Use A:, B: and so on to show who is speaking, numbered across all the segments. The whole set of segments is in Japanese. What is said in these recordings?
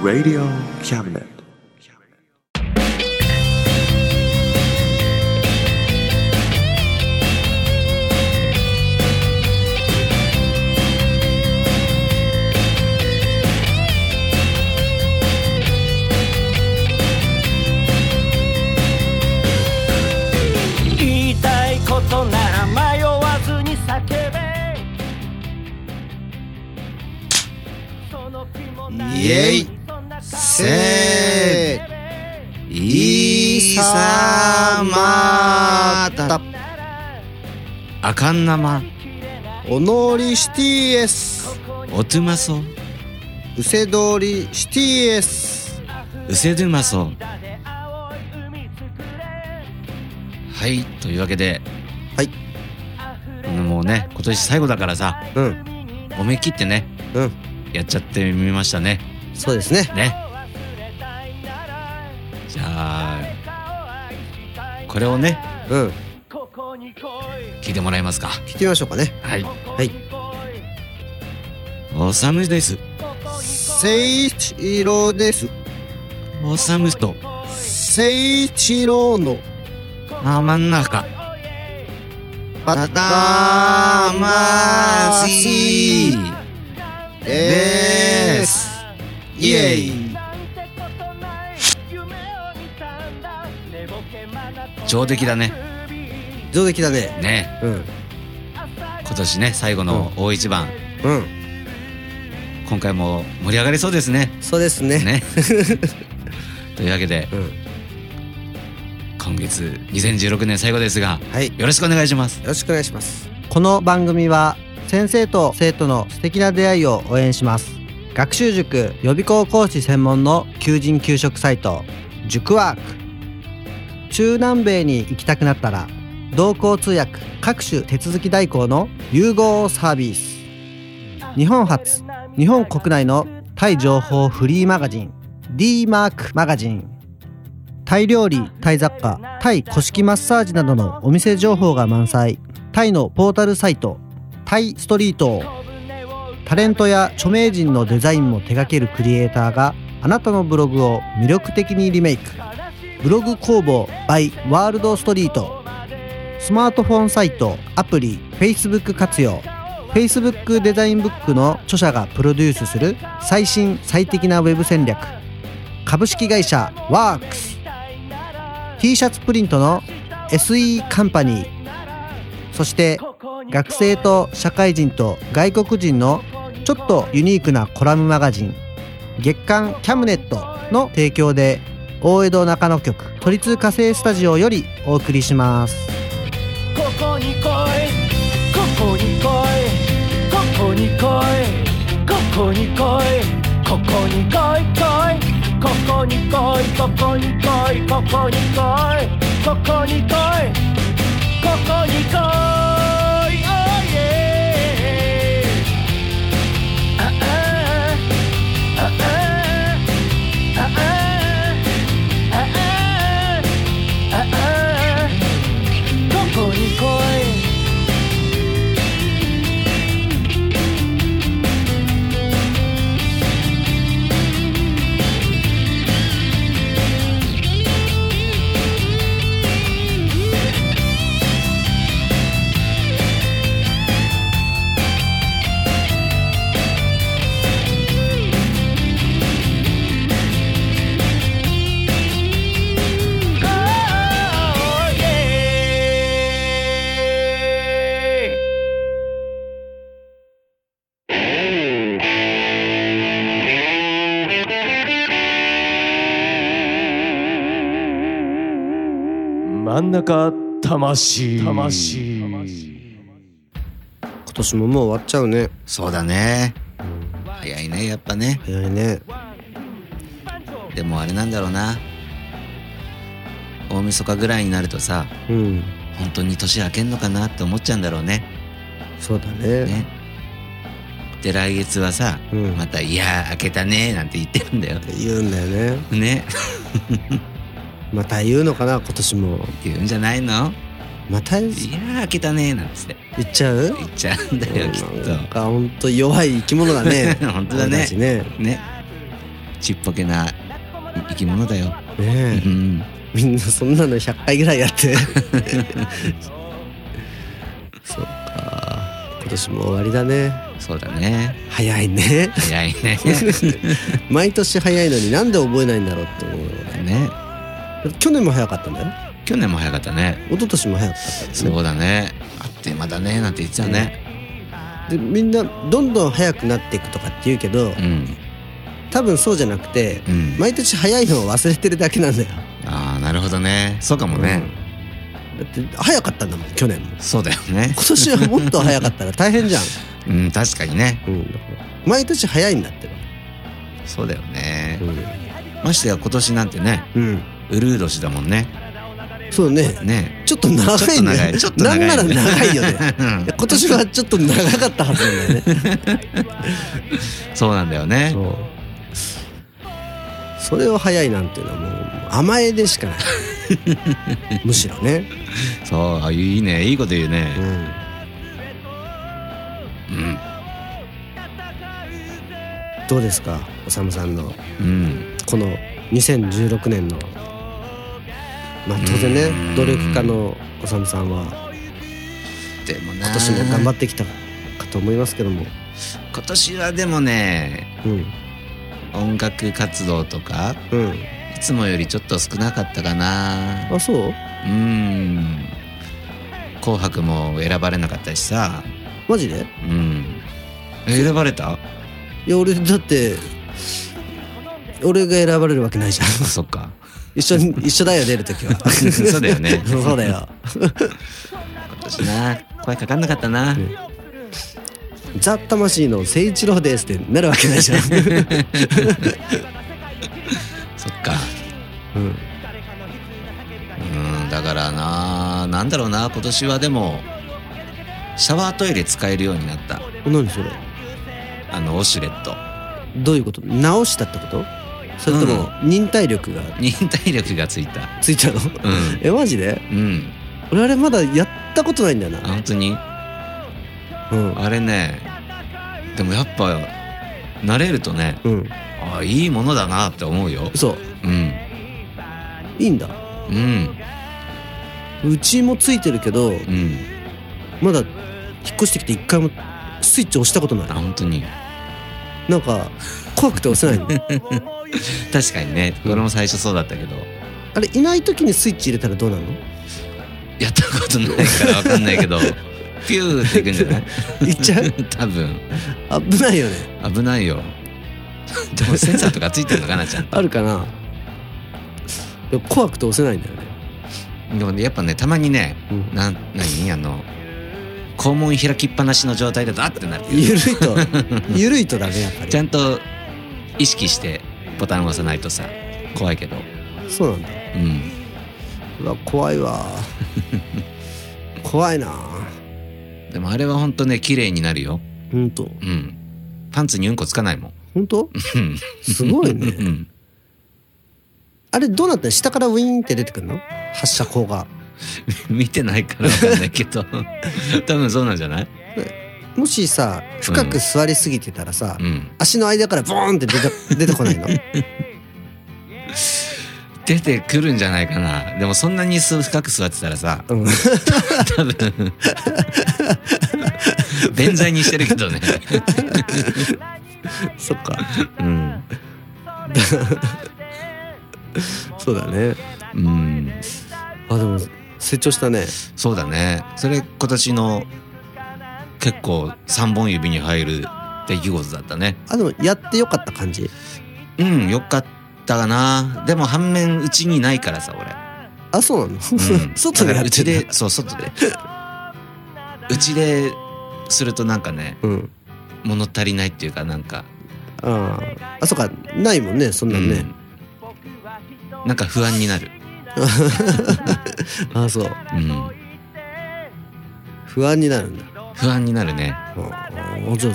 A: Radio Cabinet.
B: 言いたいことなら迷わずに叫べ
C: イエイ
B: せー
C: いさまたあかんなま
D: おのりシティエス
C: おつまそう
D: せどりシティエス
C: うせどまそうはいというわけで
D: はい
C: もうね今年最後だからさ
D: うん
C: 思い切ってね
D: うん
C: やっちゃってみましたね
D: そうですね
C: ねじゃあこれをね
D: うん
C: 聞いてもらえますか
D: 聞いてみましょうかね
C: はい
D: はい
C: おさむです
D: 聖一郎です
C: おさむと
D: 聖一郎の
C: あ真ん中
D: パターマシーですイエイ
C: 上出来だね
D: 上出来だね
C: ね
D: うん
C: 今年ね最後の大一番、
D: うん
C: 今回も盛り上がりそうですね
D: そうですね
C: ね というわけで
D: うん
C: 今月2016年最後ですが
D: はいよ
C: よろしくお願いします
D: ろしくお願いします
E: この番組は先生と生徒の素敵な出会いを応援します学習塾予備校講師専門の求人・求職サイト塾ワーク中南米に行きたくなったら同行通訳各種手続き代行の融合サービス日本初日本国内のタイ情報フリーマガジン D マークマガジンタイ料理タイ雑貨タイ古式マッサージなどのお店情報が満載タイのポータルサイトタイストリートをタレントや著名人のデザインも手掛けるクリエイターがあなたのブログを魅力的にリメイクブログ工房 by ワールドストリートスマートフォンサイトアプリ Facebook 活用 Facebook デザインブックの著者がプロデュースする最新最適なウェブ戦略株式会社ワークス t シャツプリントの SE カンパニーそして学生と社会人と外国人のちょっとユニークなコラムマガジン月刊キャムネットの提供で大江戸中野局都立火星スタジオよりお送りします
B: ここに来いここに来いここに来いここに来いここに来い来いここに来いここに来いここに来いここに来いここに来い Oh yeah あああああああああああどこに来い
F: 真ん中魂魂
D: 今年ももう終わっちゃうね
C: そうだね早いねやっぱね
D: 早いね
C: でもあれなんだろうな大晦日ぐらいになるとさ
D: うん
C: 本当に年明けんのかなって思っちゃうんだろうね
D: そうだね
C: ねで来月はさ、
D: うん
C: また「いやー明けたね」なんて言ってるんだよ
D: 言うんだよね
C: ね
D: また言うのかな今年も
C: 言うんじゃないの
G: また行
C: いやー開けたねーなんつって
G: っちゃう
C: 言っちゃうんだよきっ
G: なんかほんと弱い生き物だね
C: 本当だね
G: 私ね
C: とねちっぽけな生き物だよ、う
G: ねえ
C: ん、
G: みんなそんなの100回ぐらいやって そうか今年も終わりだね
C: そうだね
G: 早い ね
C: 早いね
G: 毎年早いのになんで覚えないんだろうって思うよ
C: ね
G: 俺去年も早かったんだよ
C: 去年も早かったね
G: 一昨年も早かったからね
C: そうだねあっという間だねなんて言ってたね
G: でみんなどんどん早くなっていくとかって言うけど
C: うん
G: 多分そうじゃなくて
C: うん、
G: 毎年早いのを忘れてるだけなんだよ
C: ああなるほどねそうかもね、
G: だって早かったんだもん去年も
C: そうだよね
G: 今年はもっと早かったら大変じゃん、
C: うん確かにね
G: うん、毎年早いんだって
C: そうだよね
G: ば、
C: ましてや今年なんてね
G: うんうん、
C: うるう年だもんね
G: そうね
C: ね
G: ちょっと長いんだよ
C: ちょっと長い
G: なん
C: ちょっ
G: なら
C: と長い
G: 長いよね
C: うん
G: 今年はちょっと長かったはずなんだよね
C: そうなんだよね
G: そうそれを早いなんていうのはもう甘えでし かないむしろね、
C: そうあいいねいいこと言う
G: う
C: ね
G: ん、
C: うん
G: どうですかおさむさんの
C: うん
G: この2016年のまあ当然
C: うん
G: ね努力家のおさむさんは
C: でもな
G: 今年も頑張ってきたかと思いますけども、
C: 今年はでもね
G: うん
C: 音楽活動とか
G: うん、
C: いつもよりちょっと少なかったかな
G: あそう
C: うん「紅白」も選ばれなかったしさ
G: マジで
C: うんえ選ばれた
G: いや俺だって俺が選ばれるわけないじゃん
C: あ そっか
G: 一緒に一緒だよ出るときは
C: そうだよね
G: そうだよ
C: 今年な声かかんなかったな、
G: ねザ・魂の誠一郎ですってなるわけな いじゃん、
C: そっか
G: うん、
C: うんだからななんだろうな今年はでもシャワートイレ使えるようになった
G: 何それ
C: あのウォシュレット
G: どういうこと直したってことそれとも忍耐力が
C: 忍耐力がついた
G: つ いちゃうの
C: うん
G: えマジで
C: うん
G: 俺あれまだやったことないんだよ
C: あ
G: な
C: 本当に
G: うん
C: あれねでもやっぱ慣れるとね
G: うん
C: あいいものだなって思うよ
G: 嘘
C: うん
G: いいんだ
C: うん
G: うちもついてるけど
C: うん
G: まだ引っ越してきて一回もスイッチ押したことない
C: あ本当に
G: なんか怖くて押せない の
C: 確かにね俺も最初そうだったけど
G: あれいない時にスイッチ入れたらどうなの
C: やったことないからわかんないけどピューっていくんじゃない
G: いっち ゃう
C: 多分
G: 危ないよね
C: 危ないよでもセンサーとかついてるのかなちゃんと
G: あるかなでも怖くて押せないんだよね
C: でもねやっぱねたまにね
G: うん
C: なん何あの肛門開きっぱなしの状態でダッてなる
G: ゆる いとゆるいとだねやっぱ
C: ちゃ
G: り
C: んと意識してボタンを押さないとさ怖いけど
G: そうなんだ
C: うん
G: うわ怖いわ怖いな
C: でもあれはほんとね綺麗になるよ
G: ほんと
C: うんパンツにうんこつかないもん
G: ほ んと
C: うん
G: すごい
C: うんう
G: ね
C: ん
G: あれどうなったの下からウィーンって出てくるの発射口が
C: 見てないからわかんないけ ど多分そうなんじゃない
G: もしさ深く座りすぎてたらさ、
C: うん
G: 足の間からボーンって出 て出てこないの
C: 出てくるんじゃないかなでもそんなにす深く座ってたらさ
G: うん
C: 多分便座にしてるけどね
G: そっか
C: うん
G: そうだね
C: うん
G: あでも成長したね
C: そうだねそれ今年の結構3本指に入る出来事だったね
G: あでもやってよかった感じ
C: うんよかったかなでも反面うちにないからさ俺、
G: あそうなの、
C: うん、 だ
G: 外で
C: か
G: や
C: ら
G: っ
C: う
G: て
C: ち
G: て
C: でそう外でうちでするとなんかね
G: うん
C: 物足りないっていうかなんか、
G: あああそうかないもんねそん
C: う
G: なん
C: ん
G: ね、
C: なんか不安になる
G: あそう
C: うん
G: 不安になるんだ
C: 不安になるね
G: ああじゃあ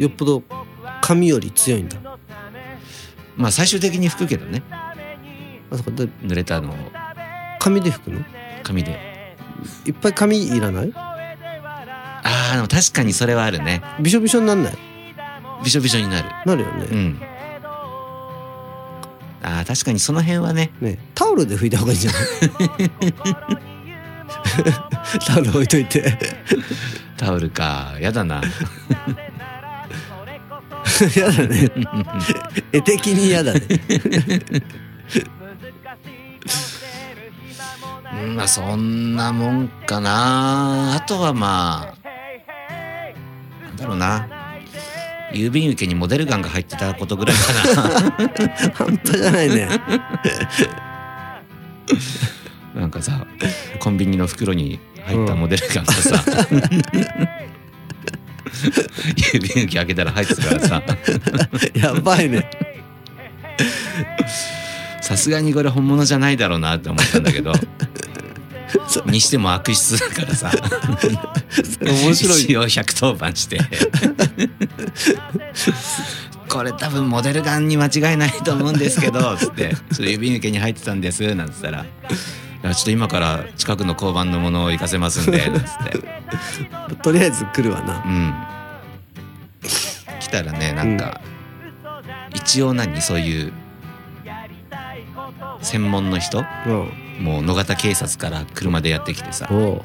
G: よっぽど髪より強いんだ
C: まあ最終的に拭くけどね
G: あそうかで
C: 濡れたのを
G: 髪で拭くの
C: 紙で
G: いっぱい紙いらない
C: あーでも確かにそれはあるね
G: びしょびしょになんない
C: びしょびしょになる
G: なるよ
C: う
G: ね。
C: ん あー確かにその辺はね
G: ねタオルで拭いた方がいいんじ ゃないタオル置いといて。
C: タオルかやだな
G: やだね。絵的に嫌だね。
C: うんまあそんなもんかなあとはまあなんだろうな郵便受けにモデルガンが入ってたことぐらい か
G: 半端じゃない ね。
C: ななんかさコンビニの袋に入ったモデルガンがさ、 郵便受け開けたら入ってたからさ
G: やばいね。
C: さすがにこれ本物じゃないだろうなって思ったんだけ どにしても悪質だからさ
G: 面白い
C: 一応110番してこれ多分モデルガンに間違いないと思うんですけどつって「それ指抜けに入ってたんです」なんつったら。いやちょっと今から近くの交番のものを行かせますんで」なんつって
G: とりあえず来るわな。
C: うん来たらねなんか、一応何そういう専門の人
G: うん。
C: もう野方警察から車でやってきてさ
G: おう。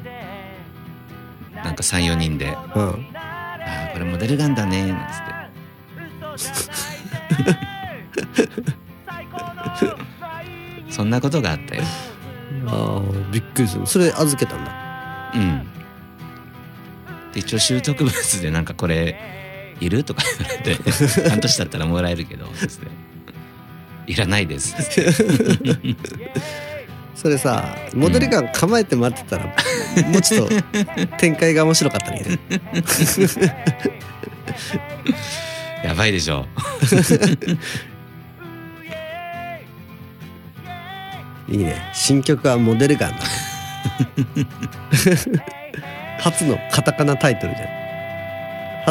C: なんか34人で「
G: うん。
C: あーこれモデルガンだね」なんつ ってそんなことがあったよ
G: ああ、びっくりする。それ預けたんだ。
C: うんで一応習得物でなんかこれいるとか言われて 半年だったらもらえるけどつっていらないですつって
G: それさ、モデルガン構えて待ってたら、もうちょっと展開が面白かったね。
C: やばいでしょ
G: いいね。新曲はモデル ガンだね。初のカタカナタイトルじゃん。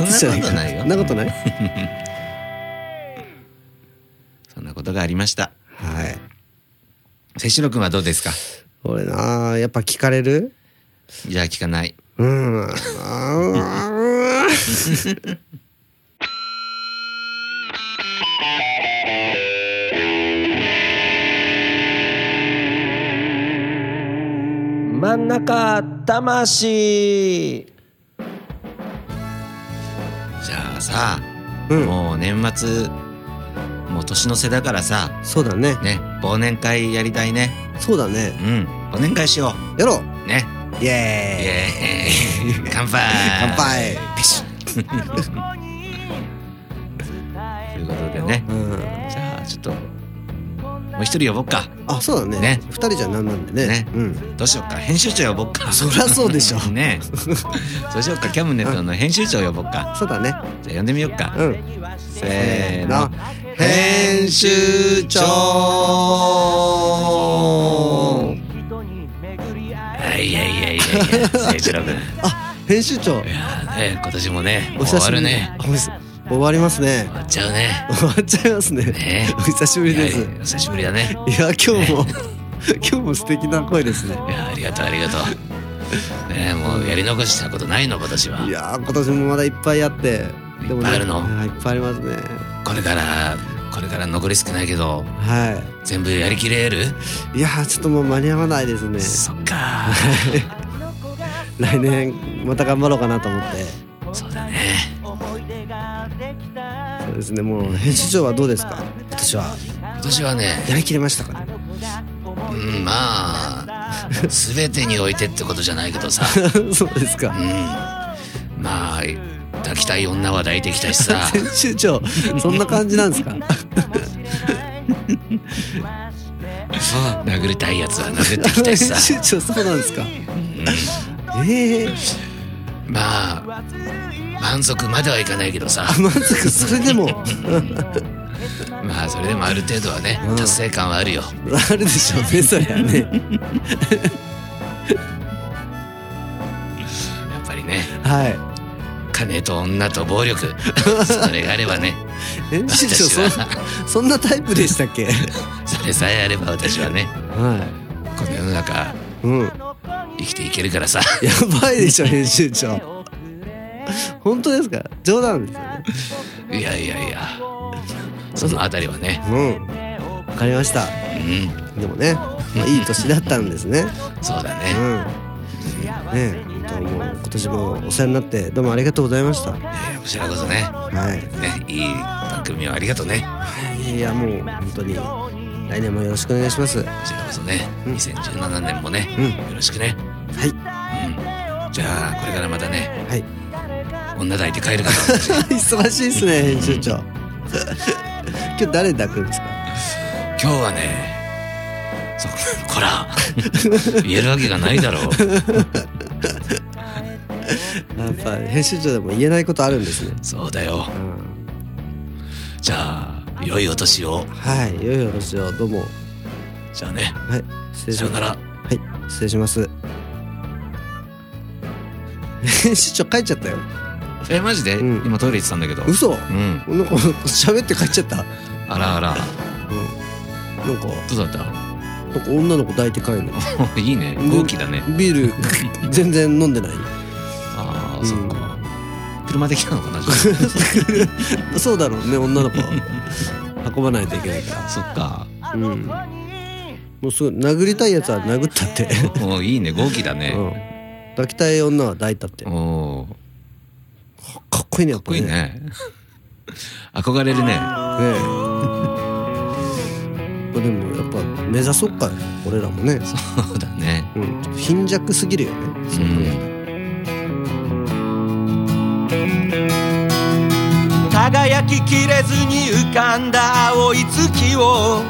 G: 初じゃないか
C: そんなことないよ
G: そんなことない。
C: そんなことがありました
G: はい。
C: 清志郎君はどうですか
G: 俺なあ、やっぱ聞かれる。
C: じゃあ聞かない
G: うん。あー
B: 真ん中魂
C: じゃあさ、
G: うん
C: もう年末もう年の瀬だからさ
G: そうだね。
C: ね忘年会やりたいね
G: そうだね
C: う。ん忘年会しよ
G: やろう。
C: うね
G: イ
C: イ
G: エーイ。
C: エーイ乾杯
G: 乾杯。ペシ
C: ということでね
G: ッうん。
C: じゃあちょっともう一人呼ぼっか
G: あ、そうだね。
C: ね
G: 二人じゃなんなんでね。
C: ね
G: うん。
C: どうしよっか編集長呼ぼっか
G: そりゃそうでしょ
C: ねそうしよっかキャムネットの編集長呼ぼっか
G: そうだね。
C: じゃあ呼んでみよっか、
G: うん。
C: せーの
G: 編集長
C: いやいやいやいや清志郎君い
G: あ、編集長。
C: やーね今年もねも
G: お
C: う終
G: 久し
C: わ
G: ぶり
C: る
G: で
C: ね
G: あお久終わりますね
C: 終。わっちゃうね
G: 終わっちゃいますね。
C: ね
G: お久しぶりです。い
C: いやお久しぶりだね
G: や、今日も、今日も素敵な声ですね。
C: いやありがとうありがとうねえもうやり残したことないの今年はい
G: やー、今年もまだいっぱいあって。でもね
C: いっぱいあるの
G: やいっぱいありますね。
C: これからこれから残り少ないけど
G: は
C: 全部やりきれる
G: い。いやー、ちょっともう間に合わないですね。
C: そっ か
G: 来年また頑張ろうかなと思って。
C: そうだね
G: そうですね。もう編集長はどうですか。今年は
C: 今年はね
G: やりきれましたか、ね。
C: うんま あ全てにおいてってことじゃないけどさ
G: そうです
C: う
G: か。
C: んまあ抱きたい女は抱いてきたし さ
G: 編集長、そんな感じなんですか。
C: 殴りたいやつは殴ってきた
G: 編
C: しさ
G: 集長、そうなんですか。ええ
C: まあ満 足まではいかないけどさ
G: 満足、それでも。
C: まあそれでもある程度はね
G: うん
C: 達成感はあるよ
G: あるでしょうね、そりゃね。
C: やっぱりね
G: は
C: 金と女と暴 力それがあればね
G: い。編集長、
C: 私
G: そん
C: は
G: そんなタイプでしたっけ。
C: それさえあれば私はね
G: は
C: この世の中
G: い。うん。
C: 生きていけるからさ
G: やばいでしょ編集長本当ですか冗談ですよね
C: いやいやいやそのあたりはね
G: うんわかりました
C: うん
G: でもね、まあ、いい年だったんですね
C: そうだ
G: う
C: ね
G: んねえ本当もう今年もお世話になってどうもありがとうございました
C: こちらこそね
G: はい
C: ねいい番組をありがとうね
G: いやもう本当に来年もよろしくお願いしますは
C: こちらこそね
G: うん
C: 2017年もね、
G: うん
C: よろしくね
G: い
C: うんじゃあこれからまたね
G: はい
C: 女抱いて帰るかと思うし
G: 忙しいですね編集長 今日誰抱くんですか
C: 今日はねそうこら言えるわけがないだろう
G: やっぱ編集長でも言えないことあるんですね
C: そうだよ
G: うん
C: じゃあ良いお年を
G: はいよいよろしをどうも
C: じゃあね
G: はい失礼し
C: さ
G: ま
C: よ
G: す
C: なら
G: はい失礼します編集長帰っちゃったよ
C: えマジで、
G: うん
C: 今トイレ行ってたんだけど
G: 嘘
C: うん
G: なんか喋って帰っちゃった
C: あらあら
G: うんなんか
C: どうだっ
G: なんか女の子抱いて帰るの
C: た いいね
G: うん
C: 豪気 だね
G: ビール全然飲んでない
C: ああ、
G: うん
C: そっか車で来たのかなじゃあ
G: そうだろうね女の子 は運ばないといけない か
C: そっから
G: うんもうすごい殴りたいやつは殴ったって、
C: おーいいね豪気だ
G: う
C: ね、
G: ん、抱きたい女は抱いたって
C: お
G: か
C: おーか
G: っこいいねやっ
C: っ
G: ぱ
C: こいいね 憧れるね
G: ねえまあでもやっぱ目指そうか俺らもね、
C: そうだね
G: うん、ちょっと貧弱すぎるよね
C: う
G: そんなに
C: ん
F: 輝ききれずに浮かんだ青い月を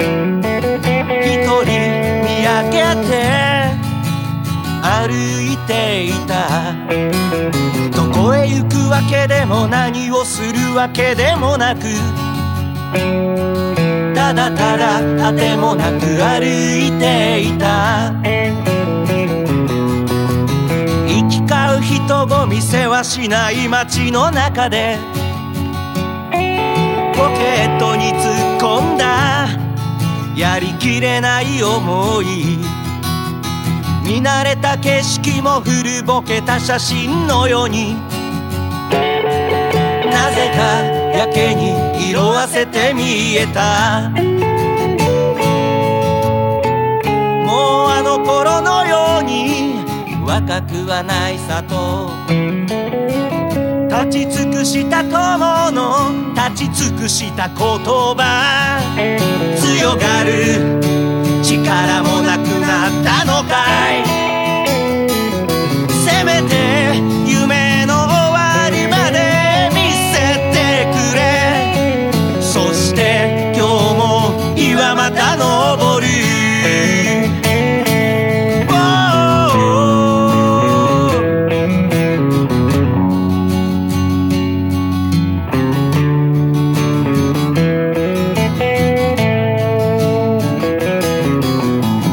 F: 一人見上げて歩いていたどこへ行くわけでも何をするわけでもなくただただあてもなく歩いていた行き交う人ごみせはしない街の中でポケットに突っ込んだやりきれない思い見慣れた景色も古ぼけた写真のようになぜかやけに色あせて見えたもうあの頃のように若くはないさと立ち尽くした友の立ち尽くした言葉強がる力もなくなったのかいせめて夢の終わりまで見せてくれそして今日も岩また登る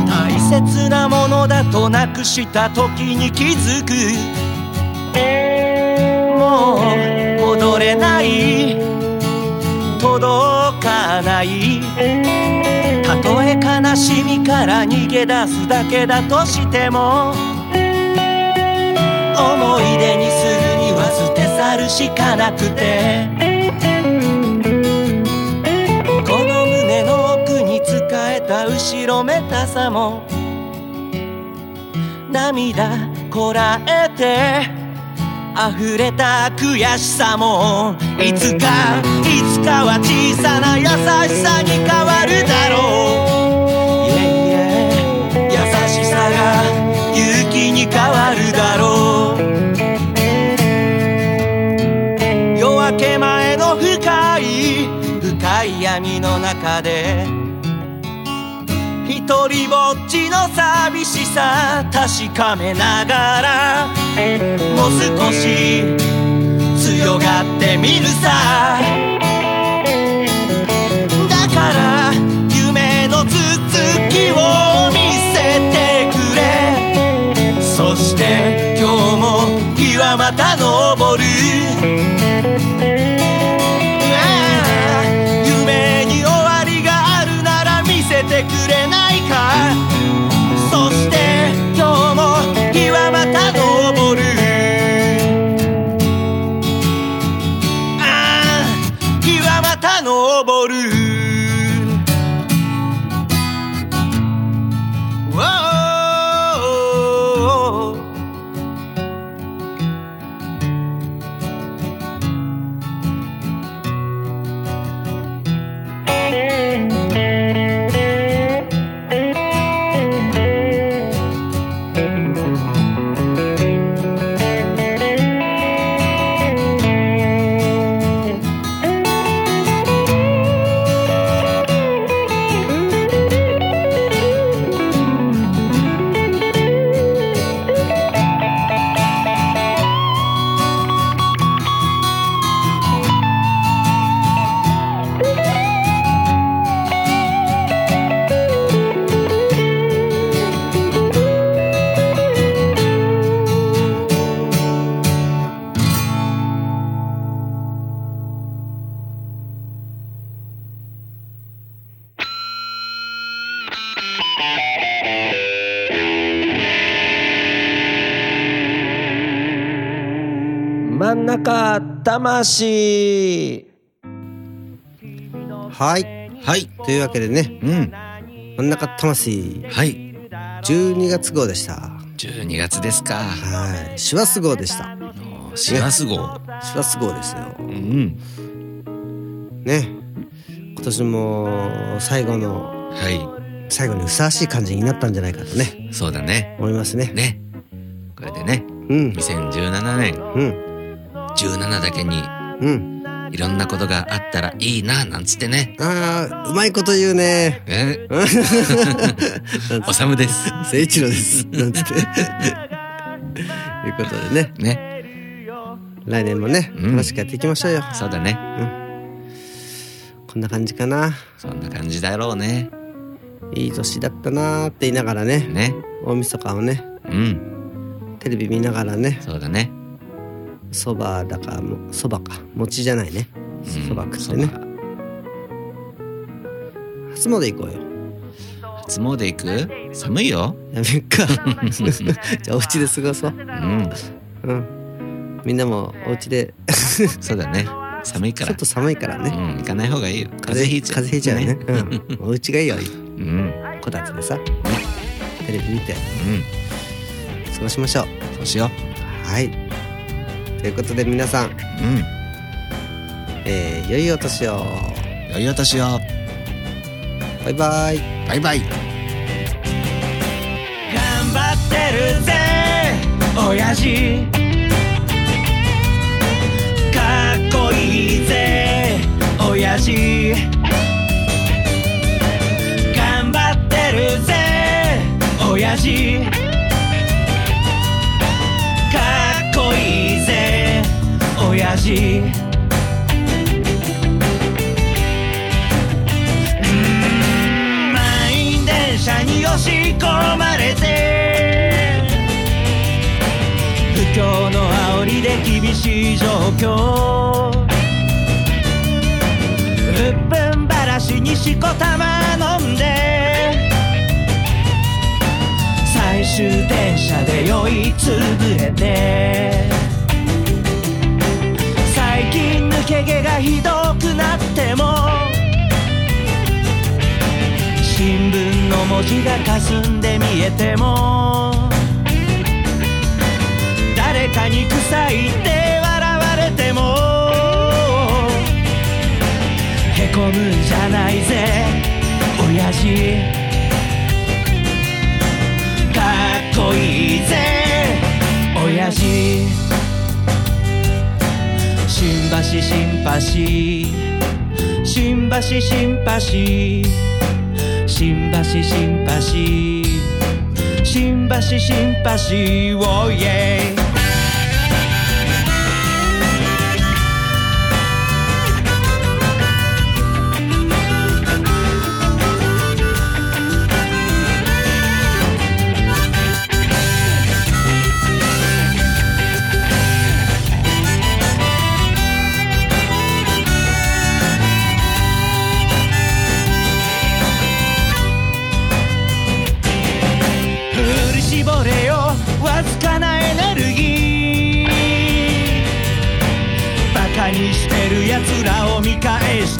F: 大切なものだとなくした時に気づくもう戻れない届かないたとえ悲しみから逃げ出すだけだとしても思い出にするには捨て去るしかなくてこの胸の奥に仕えた後ろめたさも涙こらえて溢れた悔しさもいつかいつかは小さな優しさに変わるだろう Yeah, yeah 優しさが勇気に変わるだろう夜明け前の深い深い闇の中で一人ぼっちの寂しさ確かめながらもう少し強がってみるさだから夢の続きを見せてくれそして今日も日はまた昇るああ夢に終わりがあるなら見せてくれないかそして今日
B: 真ん中魂
G: はい
C: はい
G: というわけでね
C: うん
G: 真ん中魂
C: はい
G: 12月号でした
C: 12月ですか
G: はい師走号でした
C: 師走号
G: 師走号でしたよ
C: うん
G: ね今年も最後の
C: は
G: 最後にふさわしい感じになったんじゃないかとね
C: いそうだね
G: 思いますね
C: ねこれでね
G: うん
C: 2017年
G: うん
C: 17だけに
G: うん
C: いろんなことがあったらいいななんつってね
G: あーうまいこと言うね
C: えおさむです
G: 誠一郎です なんつっていうことでね
C: ね
G: 来年もね
C: うん
G: 楽しくやっていきましょうよ、
C: そうだね
G: こんな感じかな
C: そんな感じだろうね
G: いい年だったなーって言いながらね
C: ね
G: 大晦日をね
C: うん
G: テレビ見ながらね
C: そうだね
G: そばだかもそばか餅じゃないねそば食ってね、初詣行こうよ
C: 初詣行く寒いよ
G: やめっかじゃあお家で過ごそう
C: うん
G: うんみんなもお家で
C: そうだね寒いか
G: ちょ
C: ら
G: っと寒いからね
C: うん行かない方がいいよ風邪ひいちゃう
G: 風邪ひいちゃう ねうんお家がいいよ
C: うん
G: こたつでさテレビ見て
C: うん
G: 過ごしましょう
C: そうしよ
G: はいということで皆さん、
C: ううん
G: えー、良いお年を
C: 良いお年を
G: バイバイ
C: バイバイ
F: 頑張ってるぜ親父かっこいいぜ親父頑張ってるぜ親父かっこいいぜ親父満員電車に押し込まれて不況の煽りで厳しい状況うっぷんばらしにしこたま飲んで最終電車で酔いつぶれて最近抜け毛がひどくなっても新聞の文字が霞んで見えても誰かに臭いって笑われてもへこむんじゃないぜ親父かっこいいぜ親父新橋新橋新橋新橋新橋新橋新橋新橋おいえ振り絞れよわずかなエネルギーバカにしてるやつらを見返し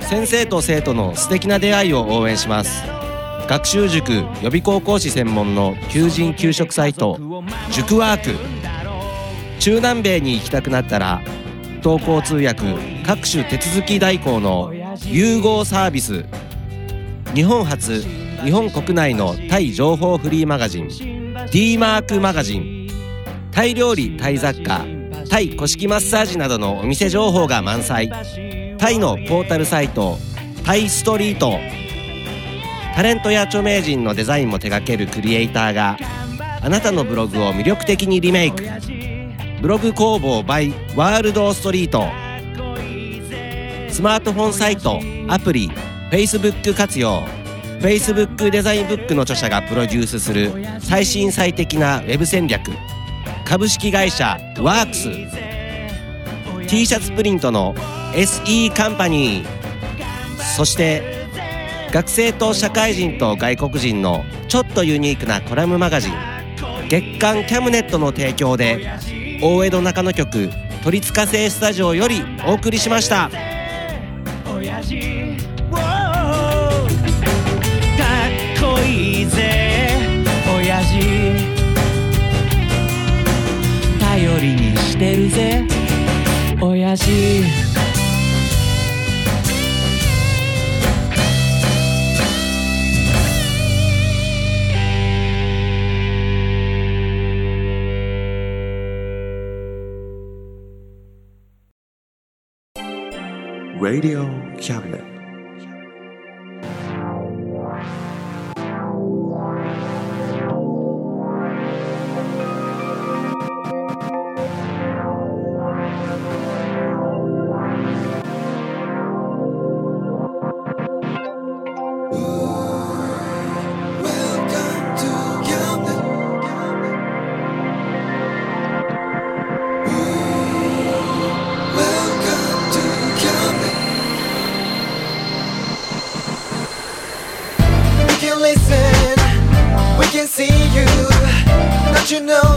B: 先生と生徒の素敵な出会いを応援します学習塾予備高校師専門の求人・求職サイト塾ワーク中南米に行きたくなったら同行通訳各種手続き代行の融合サービス日本初日本国内のタイ情報フリーマガジン d マークマガジンタイ料理タイ雑貨タイ古式マッサージなどのお店情報が満載タイのポータルサイトタイストリートタレントや著名人のデザインも手掛けるクリエイターがあなたのブログを魅力的にリメイクブログ工房 by ワールドストリート
F: スマートフォンサイトアプリ Facebook 活用 Facebook デザインブックの著者がプロデュースする最新最適なウェブ戦略株式会社ワークス t シャツプリントの SE カンパニーそして学生と社会人と外国人のちょっとユニークなコラムマガジン月刊キャムネットの提供で大江戸中野局「鳥塚製スタジオ」よりお送りしました。
H: 親父ウォーかっこいいぜ親父頼りにしてるぜ親父
G: Radio Cabinet.
I: We can listen, we can see you. Don't you know